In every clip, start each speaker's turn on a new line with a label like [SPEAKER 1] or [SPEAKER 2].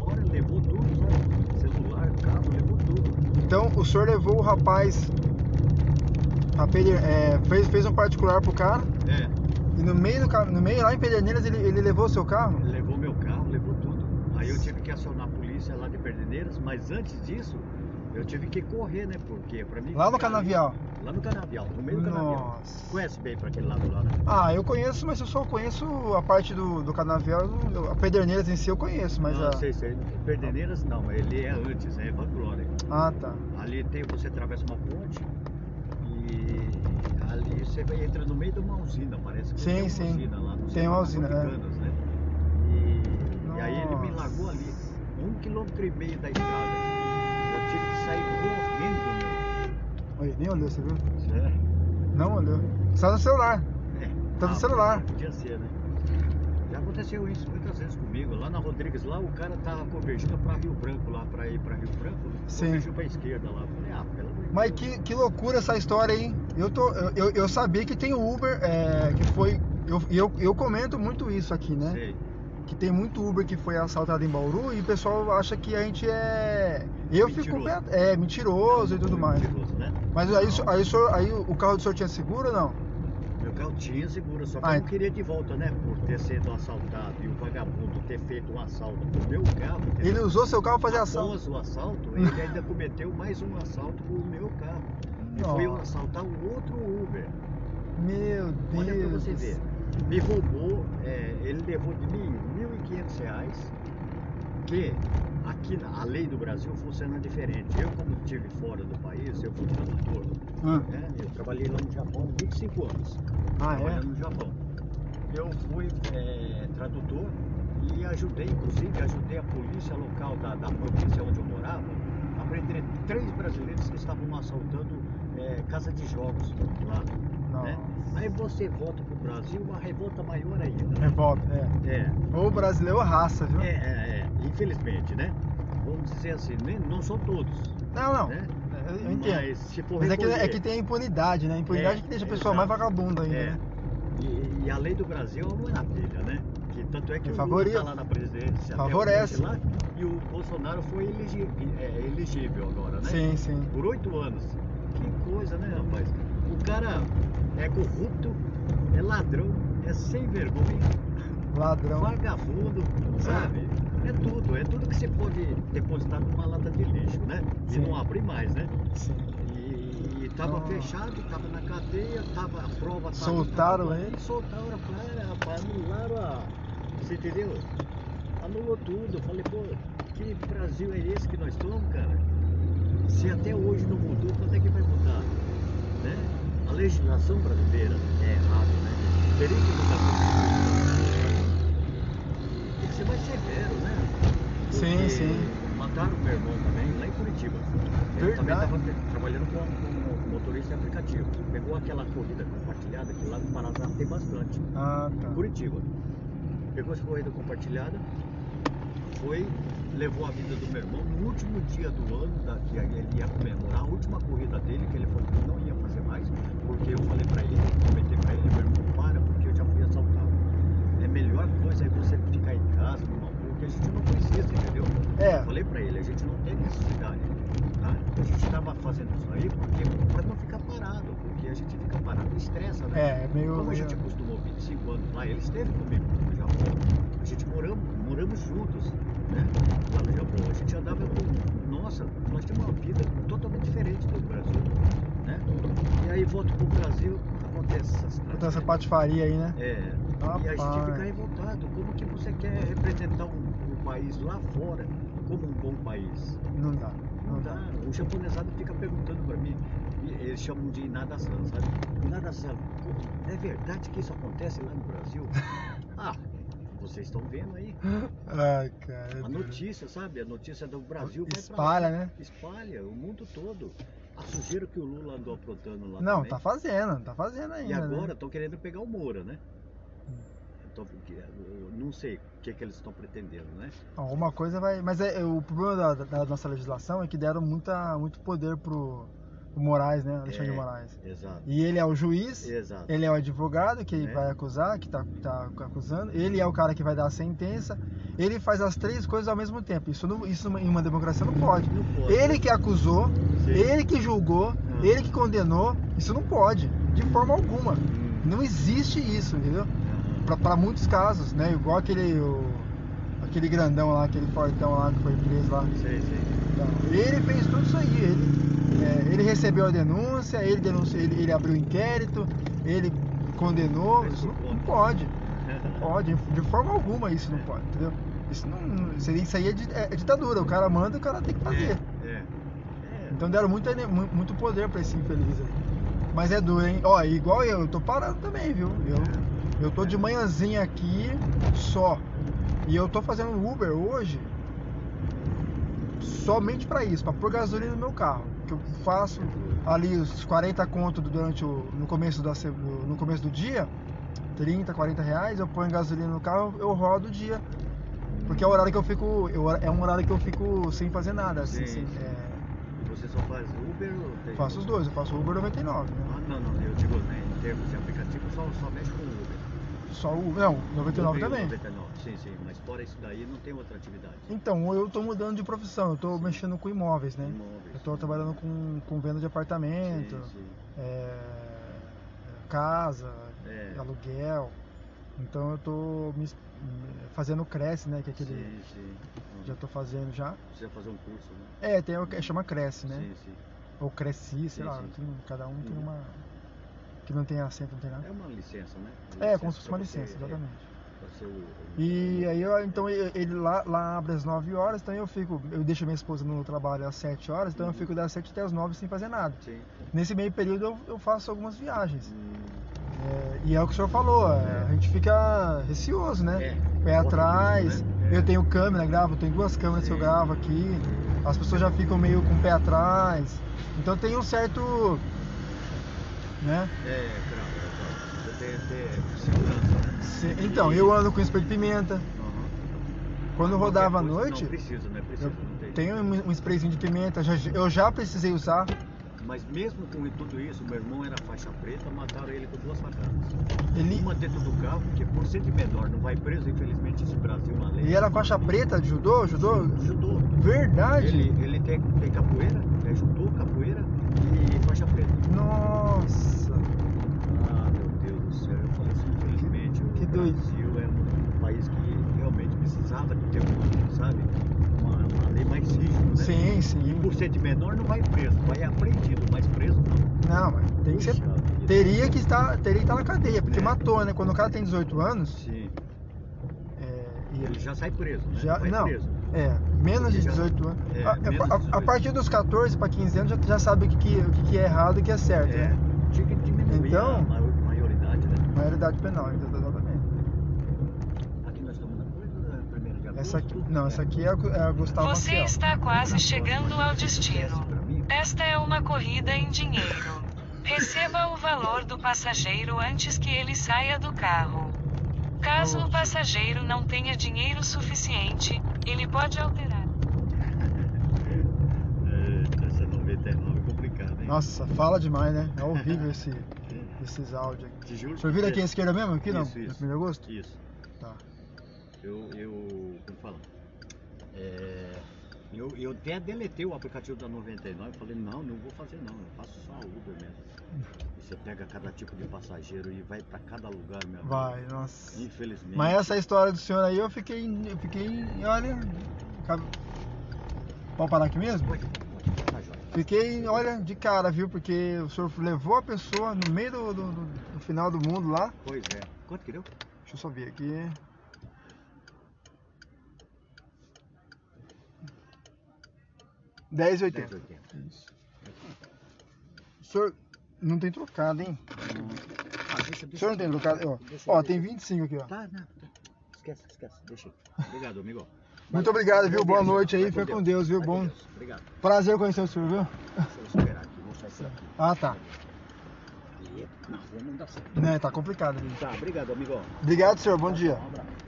[SPEAKER 1] né?
[SPEAKER 2] Então o senhor levou o rapaz. A Peder- é, fez, fez um particular pro cara.
[SPEAKER 1] É,
[SPEAKER 2] E no meio do carro, no meio lá em Pederneiras ele, ele levou o seu carro?
[SPEAKER 1] ele levou meu carro, levou tudo. Aí eu tive que acionar a polícia lá de Perdineiras, mas antes disso, eu tive que correr, né? Porque pra mim.
[SPEAKER 2] Lá no
[SPEAKER 1] ficar ali-
[SPEAKER 2] canavial.
[SPEAKER 1] Lá no canavial, no meio do canavial.
[SPEAKER 2] Nossa.
[SPEAKER 1] Conhece bem pra aquele lado lá, né?
[SPEAKER 2] Ah, eu conheço, mas eu só conheço a parte do, do canavial. eu não- eu- a Pederneiras em si eu conheço, mas
[SPEAKER 1] não,
[SPEAKER 2] a.
[SPEAKER 1] Ah, sei, sei. Perdineiras não, ele é antes, é Vanglória.
[SPEAKER 2] Ah, tá.
[SPEAKER 1] Ali tem, você atravessa uma ponte e ali você vai- entra no meio de uma usina, parece que
[SPEAKER 2] Sim,
[SPEAKER 1] tem uma
[SPEAKER 2] sim.
[SPEAKER 1] usina lá. não sei
[SPEAKER 2] Tem uma
[SPEAKER 1] quantas
[SPEAKER 2] usina, é.
[SPEAKER 1] Americanas, né? E, e aí ele me largou ali, um quilômetro e meio da estrada. Eu tive que sair correndo,
[SPEAKER 2] Olha, nem olhou, você viu?
[SPEAKER 1] meu. Isso é-
[SPEAKER 2] Não olhou. Só no celular.
[SPEAKER 1] É.
[SPEAKER 2] Tá no celular.
[SPEAKER 1] Podia ser, né? Já aconteceu isso muitas vezes comigo. Lá na Rodrigues, lá o cara tava convergindo pra Rio Branco, lá pra ir pra Rio Branco,
[SPEAKER 2] Sim.
[SPEAKER 1] convergiu pra esquerda lá. Eu Falei, ah, pelo amor de
[SPEAKER 2] Mas
[SPEAKER 1] Deus.
[SPEAKER 2] que, que loucura essa história, hein? Eu, tô, eu- eu, eu sabia que tem o Uber, é, que foi. Eu, eu, eu comento muito isso aqui, né?
[SPEAKER 1] Sei.
[SPEAKER 2] Que tem muito Uber que foi assaltado em Bauru e o pessoal acha que a gente é. Eu fico com
[SPEAKER 1] Mentiroso.
[SPEAKER 2] pé- é, mentiroso e tudo mais.
[SPEAKER 1] Mentiroso, né?
[SPEAKER 2] Mas aí, o
[SPEAKER 1] Não.
[SPEAKER 2] senhor- aí, o senhor- aí o carro do senhor tinha seguro ou não?
[SPEAKER 1] Meu carro tinha seguro, só que
[SPEAKER 2] Ah,
[SPEAKER 1] eu
[SPEAKER 2] ent-
[SPEAKER 1] não queria de volta, né? Por ter sido assaltado e o vagabundo ter feito um assalto no meu carro. entendeu?
[SPEAKER 2] Ele usou seu carro pra fazer assalto.
[SPEAKER 1] Após o assalto, ele ainda cometeu mais um assalto com o meu carro. E foi eu
[SPEAKER 2] Nossa.
[SPEAKER 1] assaltar o outro Uber.
[SPEAKER 2] Meu Deus.
[SPEAKER 1] Olha pra você
[SPEAKER 2] do
[SPEAKER 1] ver.
[SPEAKER 2] céu.
[SPEAKER 1] Me roubou, é, ele levou de mim R$ 1.500 reais, que aqui na- a lei do Brasil funciona diferente. Eu, como estive fora do país, eu fui trabalhador,
[SPEAKER 2] Hã?
[SPEAKER 1] né? Eu trabalhei lá no Japão 25 anos.
[SPEAKER 2] Ah,
[SPEAKER 1] trabalhando
[SPEAKER 2] é?
[SPEAKER 1] no Japão. Eu fui eh, tradutor e ajudei, inclusive, ajudei a polícia local da, da província onde eu morava a prender três brasileiros que estavam assaltando eh, casa de jogos lá. né?
[SPEAKER 2] Nossa.
[SPEAKER 1] Aí você volta para o Brasil, uma revolta maior ainda. né?
[SPEAKER 2] Revolta, é.
[SPEAKER 1] É,
[SPEAKER 2] Ou brasileiro ou raça, viu?
[SPEAKER 1] é, é, é, infelizmente, né? Vamos dizer assim, nem, não são todos.
[SPEAKER 2] Não, não.
[SPEAKER 1] né?
[SPEAKER 2] Eu entendo.
[SPEAKER 1] Mas se for
[SPEAKER 2] Mas é que, é
[SPEAKER 1] recolher-
[SPEAKER 2] que tem a impunidade, né? A impunidade
[SPEAKER 1] É,
[SPEAKER 2] que deixa a pessoa mais
[SPEAKER 1] exato.
[SPEAKER 2] vagabunda ainda,
[SPEAKER 1] É.
[SPEAKER 2] né?
[SPEAKER 1] E, e a lei do Brasil é uma maravilha, né? Que tanto é que
[SPEAKER 2] Que
[SPEAKER 1] o
[SPEAKER 2] favorece.
[SPEAKER 1] Lula está lá na presidência. até
[SPEAKER 2] Favorece.
[SPEAKER 1] hoje Lá, e o Bolsonaro foi elegível, é, elegível agora, né?
[SPEAKER 2] Sim, sim.
[SPEAKER 1] Por oito anos. Que coisa, né, rapaz? O cara é corrupto, é ladrão, é sem vergonha,
[SPEAKER 2] Ladrão.
[SPEAKER 1] vagabundo, sabe? É tudo, é tudo que você pode depositar numa lata de lixo, né? E
[SPEAKER 2] Sim.
[SPEAKER 1] não abrir mais, né?
[SPEAKER 2] Sim.
[SPEAKER 1] E tava
[SPEAKER 2] Nossa.
[SPEAKER 1] fechado, tava na cadeia, tava a prova. Tava,
[SPEAKER 2] Soltaram
[SPEAKER 1] tava,
[SPEAKER 2] ele?
[SPEAKER 1] Soltaram, rapaz, rapaz, anularam a. Você entendeu? Anulou tudo. Eu Falei, pô, que Brasil é esse que nós estamos, cara? Se até hoje não mudou, quando é que vai mudar? Né? A legislação brasileira é errada, né? Teria que mudar tudo. Tem que ser mais severo, né?
[SPEAKER 2] Sim,
[SPEAKER 1] Porque
[SPEAKER 2] sim.
[SPEAKER 1] Mataram meu irmão também, lá em Curitiba. Ele também
[SPEAKER 2] Verdade.
[SPEAKER 1] estava trabalhando como como motorista aplicativo. Pegou aquela corrida compartilhada que lá no Paraná tem bastante,
[SPEAKER 2] Ah,
[SPEAKER 1] em
[SPEAKER 2] tá.
[SPEAKER 1] Curitiba. Pegou essa corrida compartilhada, foi, levou a vida do meu irmão no último dia do ano, da, que ele ia comemorar a última corrida dele, que ele falou que não ia fazer mais, porque eu falei pra ele, comentei pra ele, meu irmão, para, porque eu já fui assaltado. É a melhor coisa é você ficar em casa, meu irmão, porque a gente não precisa, entendeu?
[SPEAKER 2] É.
[SPEAKER 1] Eu falei pra ele, a gente não tem necessidade. Tá? A gente tava fazendo isso aí porque pra não ficar parado, porque a gente fica parado estressa, né?
[SPEAKER 2] É, é meio-
[SPEAKER 1] Como a
[SPEAKER 2] meio-
[SPEAKER 1] gente acostumou 25 anos lá, ele esteve comigo no Japão. A gente moramos, moramos juntos, né? Lá no Japão. A gente andava com. Nossa, nós tínhamos uma vida totalmente diferente do Brasil. Né? E aí volto pro Brasil, acontece essas
[SPEAKER 2] Então essa
[SPEAKER 1] tragédias.
[SPEAKER 2] patifaria aí, né?
[SPEAKER 1] É. E a gente fica
[SPEAKER 2] Rapaz.
[SPEAKER 1] revoltado. Como que você quer representar um, um país lá fora como um bom país?
[SPEAKER 2] Não dá.
[SPEAKER 1] Não dá. Tá? O japonesado fica perguntando pra mim. e Eles chamam de Inada-san, sabe? Inada-san, como- é verdade que isso acontece lá no Brasil? ah, vocês estão vendo aí.
[SPEAKER 2] Ai, cara. é
[SPEAKER 1] A
[SPEAKER 2] duro.
[SPEAKER 1] notícia, sabe? A notícia do Brasil vai pra lá.
[SPEAKER 2] Espalha, né?
[SPEAKER 1] Espalha, o mundo todo. A sujeira que o Lula andou aprontando lá
[SPEAKER 2] Não,
[SPEAKER 1] também.
[SPEAKER 2] tá fazendo, tá fazendo ainda.
[SPEAKER 1] E agora
[SPEAKER 2] Né?
[SPEAKER 1] estão querendo pegar o Moura, né? Então, porque, eu não sei o que, que eles estão pretendendo, né?
[SPEAKER 2] Alguma coisa vai. Mas é, é, o problema da, da nossa legislação é que deram muita, muito poder pro, o Moraes, né? Alexandre
[SPEAKER 1] É,
[SPEAKER 2] de Moraes.
[SPEAKER 1] Exato.
[SPEAKER 2] E ele é o juiz,
[SPEAKER 1] Exato.
[SPEAKER 2] ele é o advogado que
[SPEAKER 1] Né?
[SPEAKER 2] vai acusar, que tá, tá acusando, ele é o cara que vai dar a sentença, ele faz as três coisas ao mesmo tempo. Isso, não, isso em uma democracia não pode.
[SPEAKER 1] Não pode. né?
[SPEAKER 2] Ele que acusou,
[SPEAKER 1] Sim.
[SPEAKER 2] ele que julgou,
[SPEAKER 1] Ah.
[SPEAKER 2] ele que condenou, isso não pode, de forma alguma.
[SPEAKER 1] Hum.
[SPEAKER 2] Não existe isso, entendeu?
[SPEAKER 1] Aham.
[SPEAKER 2] Pra- Pra muitos casos, né? Igual aquele, o- aquele grandão lá, aquele fortão lá que foi preso lá.
[SPEAKER 1] é, Sei, sei.
[SPEAKER 2] Então, ele fez tudo isso aí. Ele, é, ele recebeu a denúncia, ele, denunciou, ele, ele abriu o inquérito, ele condenou. Isso não, não pode. Não pode. De forma alguma isso não pode, entendeu? Isso, não, seria, isso aí é, di- é- é ditadura. O cara manda e o cara tem que fazer.
[SPEAKER 1] É. é. É.
[SPEAKER 2] Então deram muito, ene- mu- muito poder pra esse infeliz aí. Mas é duro, hein? Ó, igual eu, eu tô parado também, viu? Eu, eu tô de manhãzinha aqui só. E eu tô fazendo um Uber hoje somente pra isso, pra pôr gasolina no meu carro. Que eu faço ali os 40 conto do- durante o. no começo, da, se- do- no começo do dia, 30, 40 reais, eu ponho gasolina no carro, eu rodo o dia. Porque é o horário que eu fico. eu- é um horário que eu fico sem fazer nada, assim,
[SPEAKER 1] Sim.
[SPEAKER 2] sem- é,
[SPEAKER 1] E Você só faz Uber ou tem?
[SPEAKER 2] Faço os dois, eu faço Uber 99, né?
[SPEAKER 1] Ah, não, não, eu digo, né, em termos de aplicativo, só, só mexe com Uber.
[SPEAKER 2] Só o Não, 99
[SPEAKER 1] Uber e
[SPEAKER 2] também.
[SPEAKER 1] 99, sim, sim, mas fora isso daí não tem outra atividade.
[SPEAKER 2] Então, eu tô mudando de profissão, eu tô mexendo com imóveis, né?
[SPEAKER 1] Imóveis.
[SPEAKER 2] Eu tô trabalhando com, com venda de apartamento,
[SPEAKER 1] Sim, sim.
[SPEAKER 2] é, casa,
[SPEAKER 1] É.
[SPEAKER 2] aluguel. Então eu tô me es- fazendo Cresce, né? Que é aquele.
[SPEAKER 1] Sim, sim. Uhum.
[SPEAKER 2] Já tô fazendo já.
[SPEAKER 1] Precisa fazer um curso, né?
[SPEAKER 2] É, tem o que chama Cresce, né?
[SPEAKER 1] Sim, sim.
[SPEAKER 2] Ou Cresci, sei
[SPEAKER 1] Sim,
[SPEAKER 2] lá.
[SPEAKER 1] sim.
[SPEAKER 2] tem- cada um tem
[SPEAKER 1] Uhum.
[SPEAKER 2] uma. Que não tem acento, não tem nada.
[SPEAKER 1] É uma licença, né?
[SPEAKER 2] Ah. É, como se fosse uma
[SPEAKER 1] pra você,
[SPEAKER 2] licença,
[SPEAKER 1] é,
[SPEAKER 2] exatamente.
[SPEAKER 1] pra ser o- o-
[SPEAKER 2] E aí, eu, então, eu- ele lá, lá abre às 9 horas, então eu fico, eu deixo minha esposa no trabalho às 7 horas, então eu
[SPEAKER 1] Uhum.
[SPEAKER 2] fico das 7 até as 9 sem fazer nada.
[SPEAKER 1] Sim.
[SPEAKER 2] Nesse meio período eu, eu faço algumas viagens.
[SPEAKER 1] Hum,
[SPEAKER 2] É, e é o que o senhor falou, é, a gente fica receoso, né?
[SPEAKER 1] É.
[SPEAKER 2] Pé
[SPEAKER 1] Bota
[SPEAKER 2] atrás,
[SPEAKER 1] tudo, né? É.
[SPEAKER 2] eu tenho câmera, gravo, tenho duas câmeras que eu
[SPEAKER 1] Sim.
[SPEAKER 2] gravo aqui, as pessoas já ficam meio com o pé atrás. Então tem um certo. né?
[SPEAKER 1] É, claro, é, claro. Você tem que ter segurança, né?
[SPEAKER 2] Se- Então, eu ando com spray de pimenta.
[SPEAKER 1] Aham.
[SPEAKER 2] Quando eu
[SPEAKER 1] Qualquer
[SPEAKER 2] rodava à
[SPEAKER 1] coisa-
[SPEAKER 2] noite.
[SPEAKER 1] Não precisa, não é preciso, não tem.
[SPEAKER 2] Eu tenho um um sprayzinho de pimenta, já- eu já precisei usar.
[SPEAKER 1] Mas mesmo com tudo isso, meu irmão era faixa preta, mataram ele com duas facadas.
[SPEAKER 2] Ele,
[SPEAKER 1] Uma dentro do carro, porque por ser de menor, não vai preso, infelizmente, esse Brasil na lei.
[SPEAKER 2] ele era faixa preta, de judô, judô.
[SPEAKER 1] Judô.
[SPEAKER 2] Verdade?
[SPEAKER 1] Ele, ele tem, tem capoeira, é judô, capoeira e faixa preta.
[SPEAKER 2] Nossa.
[SPEAKER 1] Ah, meu Deus do céu, eu falei assim, infelizmente, o
[SPEAKER 2] Que doido.
[SPEAKER 1] Brasil é um, um país que realmente precisava de ter uma, sabe, uma, uma lei mais rígida, né?
[SPEAKER 2] Sim,
[SPEAKER 1] E
[SPEAKER 2] sim.
[SPEAKER 1] por ser de menor, não vai preso, vai apreendido, mas preso não.
[SPEAKER 2] Não, mas tem que ser.
[SPEAKER 1] Puxa vida.
[SPEAKER 2] Teria que estar, teria que estar na cadeia, porque
[SPEAKER 1] É.
[SPEAKER 2] matou, né? Quando o cara tem 18 anos,
[SPEAKER 1] Sim.
[SPEAKER 2] é,
[SPEAKER 1] E
[SPEAKER 2] e
[SPEAKER 1] ele
[SPEAKER 2] ele
[SPEAKER 1] já sai preso, né?
[SPEAKER 2] já.
[SPEAKER 1] Vai
[SPEAKER 2] Não,
[SPEAKER 1] preso.
[SPEAKER 2] é, menos de
[SPEAKER 1] Já-
[SPEAKER 2] 18 anos.
[SPEAKER 1] é,
[SPEAKER 2] A- a-
[SPEAKER 1] menos de
[SPEAKER 2] a, a
[SPEAKER 1] 18.
[SPEAKER 2] partir dos 14 para 15 anos já, já sabe o que, que- o que que é errado e o que é certo,
[SPEAKER 1] É,
[SPEAKER 2] né?
[SPEAKER 1] tinha que diminuir
[SPEAKER 2] Então-
[SPEAKER 1] a maior, maioridade, né?
[SPEAKER 2] Maioridade penal, tá exatamente.
[SPEAKER 1] Aqui nós estamos na coisa, né? primeiro de agosto.
[SPEAKER 2] Essa aqui, não,
[SPEAKER 1] É.
[SPEAKER 2] essa aqui é a, é a Gustavo
[SPEAKER 3] Você
[SPEAKER 2] Maciel.
[SPEAKER 3] está quase chegando ao
[SPEAKER 1] Desce
[SPEAKER 3] destino.
[SPEAKER 1] pra mim.
[SPEAKER 3] Esta é uma corrida em dinheiro. Receba o valor do passageiro antes que ele saia do carro. Caso o passageiro não tenha dinheiro suficiente, ele pode alterar.
[SPEAKER 1] Eita, essa 99 é complicada, hein?
[SPEAKER 2] Nossa, fala demais, né? É horrível esse, esses áudios aqui.
[SPEAKER 1] Te juro
[SPEAKER 2] O senhor
[SPEAKER 1] que
[SPEAKER 2] vira
[SPEAKER 1] você-
[SPEAKER 2] aqui à esquerda mesmo? Aqui não?
[SPEAKER 1] Isso, isso.
[SPEAKER 2] No 1 de agosto?
[SPEAKER 1] Isso.
[SPEAKER 2] Tá.
[SPEAKER 1] Eu, eu, como fala? É, eu, eu até deletei o aplicativo da 99 falei, não, não vou fazer não, eu faço só Uber mesmo. E você pega cada tipo de passageiro e vai pra cada lugar, meu amigo.
[SPEAKER 2] Vai, nossa.
[SPEAKER 1] Infelizmente.
[SPEAKER 2] Mas é essa história do senhor aí eu fiquei. Eu fiquei. Olha. ca- Pode parar aqui mesmo?
[SPEAKER 1] Pode, pode, pode, tá joia.
[SPEAKER 2] Fiquei, olha, de cara, viu? Porque o senhor levou a pessoa no meio do, do- do- do final do mundo lá.
[SPEAKER 1] Pois é. Quanto que deu?
[SPEAKER 2] Deixa eu só ver aqui.
[SPEAKER 1] R$
[SPEAKER 2] 10,80.
[SPEAKER 1] 10,80.
[SPEAKER 2] O senhor não tem trocado, hein?
[SPEAKER 1] Ah, deixa,
[SPEAKER 2] O
[SPEAKER 1] deixa.
[SPEAKER 2] senhor não tem trocado? Ó,
[SPEAKER 1] Deixa,
[SPEAKER 2] ó
[SPEAKER 1] deixa.
[SPEAKER 2] tem 25 aqui, ó.
[SPEAKER 1] Tá, não, tá. Esquece, esquece. Deixa aí. Obrigado, amigo.
[SPEAKER 2] Muito
[SPEAKER 1] Valeu.
[SPEAKER 2] obrigado, viu?
[SPEAKER 1] Vai
[SPEAKER 2] Boa
[SPEAKER 1] com Deus,
[SPEAKER 2] noite aí.
[SPEAKER 1] vai
[SPEAKER 2] Fica com Deus, viu?
[SPEAKER 1] Vai com
[SPEAKER 2] Bom.
[SPEAKER 1] Deus. Obrigado.
[SPEAKER 2] Prazer conhecer o senhor, viu?
[SPEAKER 1] Deixa eu esperar aqui, vou sair por aqui.
[SPEAKER 2] Ah, tá.
[SPEAKER 1] Eita, na rua não dá certo.
[SPEAKER 2] Né, tá complicado. viu?
[SPEAKER 1] Tá, obrigado, amigo.
[SPEAKER 2] Obrigado, senhor. Bom dia.
[SPEAKER 1] Um abraço.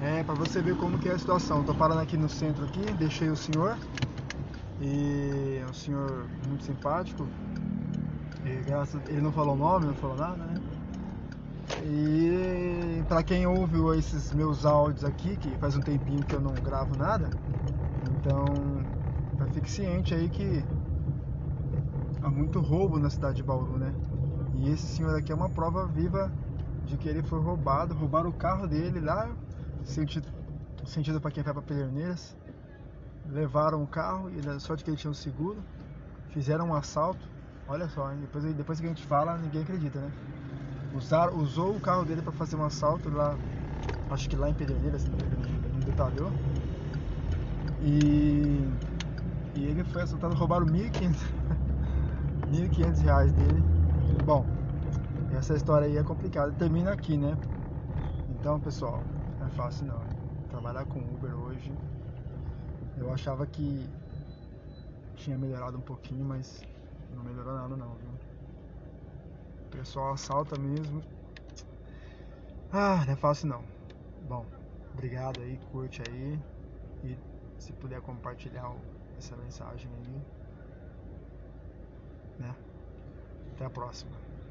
[SPEAKER 2] É, para você ver como que é a situação. Tô parando aqui no centro aqui, deixei o senhor. E é um senhor muito simpático. E graças- ele não falou nome, não falou nada, né? E para quem ouviu esses meus áudios aqui, que faz um tempinho que eu não gravo nada, então fique ciente aí que há muito roubo na cidade de Bauru, né? E esse senhor aqui é uma prova viva de que ele foi roubado, roubaram o carro dele lá, sentido, sentido para quem vai para Pederneiras. Levaram o carro, ele, só de que ele tinha um seguro, fizeram um assalto. Olha só, hein? depois, depois que a gente fala, ninguém acredita, né? Usaram, usou o carro dele para fazer um assalto lá, acho que lá em Pederneiras, ele não- não detalhou. E, e ele foi assaltado, roubaram 1.500 1.500 reais dele. Bom, essa história aí é complicada. Termina aqui, né? Então, pessoal, não é fácil não. hein? Trabalhar com Uber hoje, eu achava que tinha melhorado um pouquinho, mas não melhorou nada não, viu? O pessoal assalta mesmo. Ah, não é fácil não. Bom, obrigado aí, curte aí e se puder compartilhar o- essa mensagem aí. Né? Até a próxima.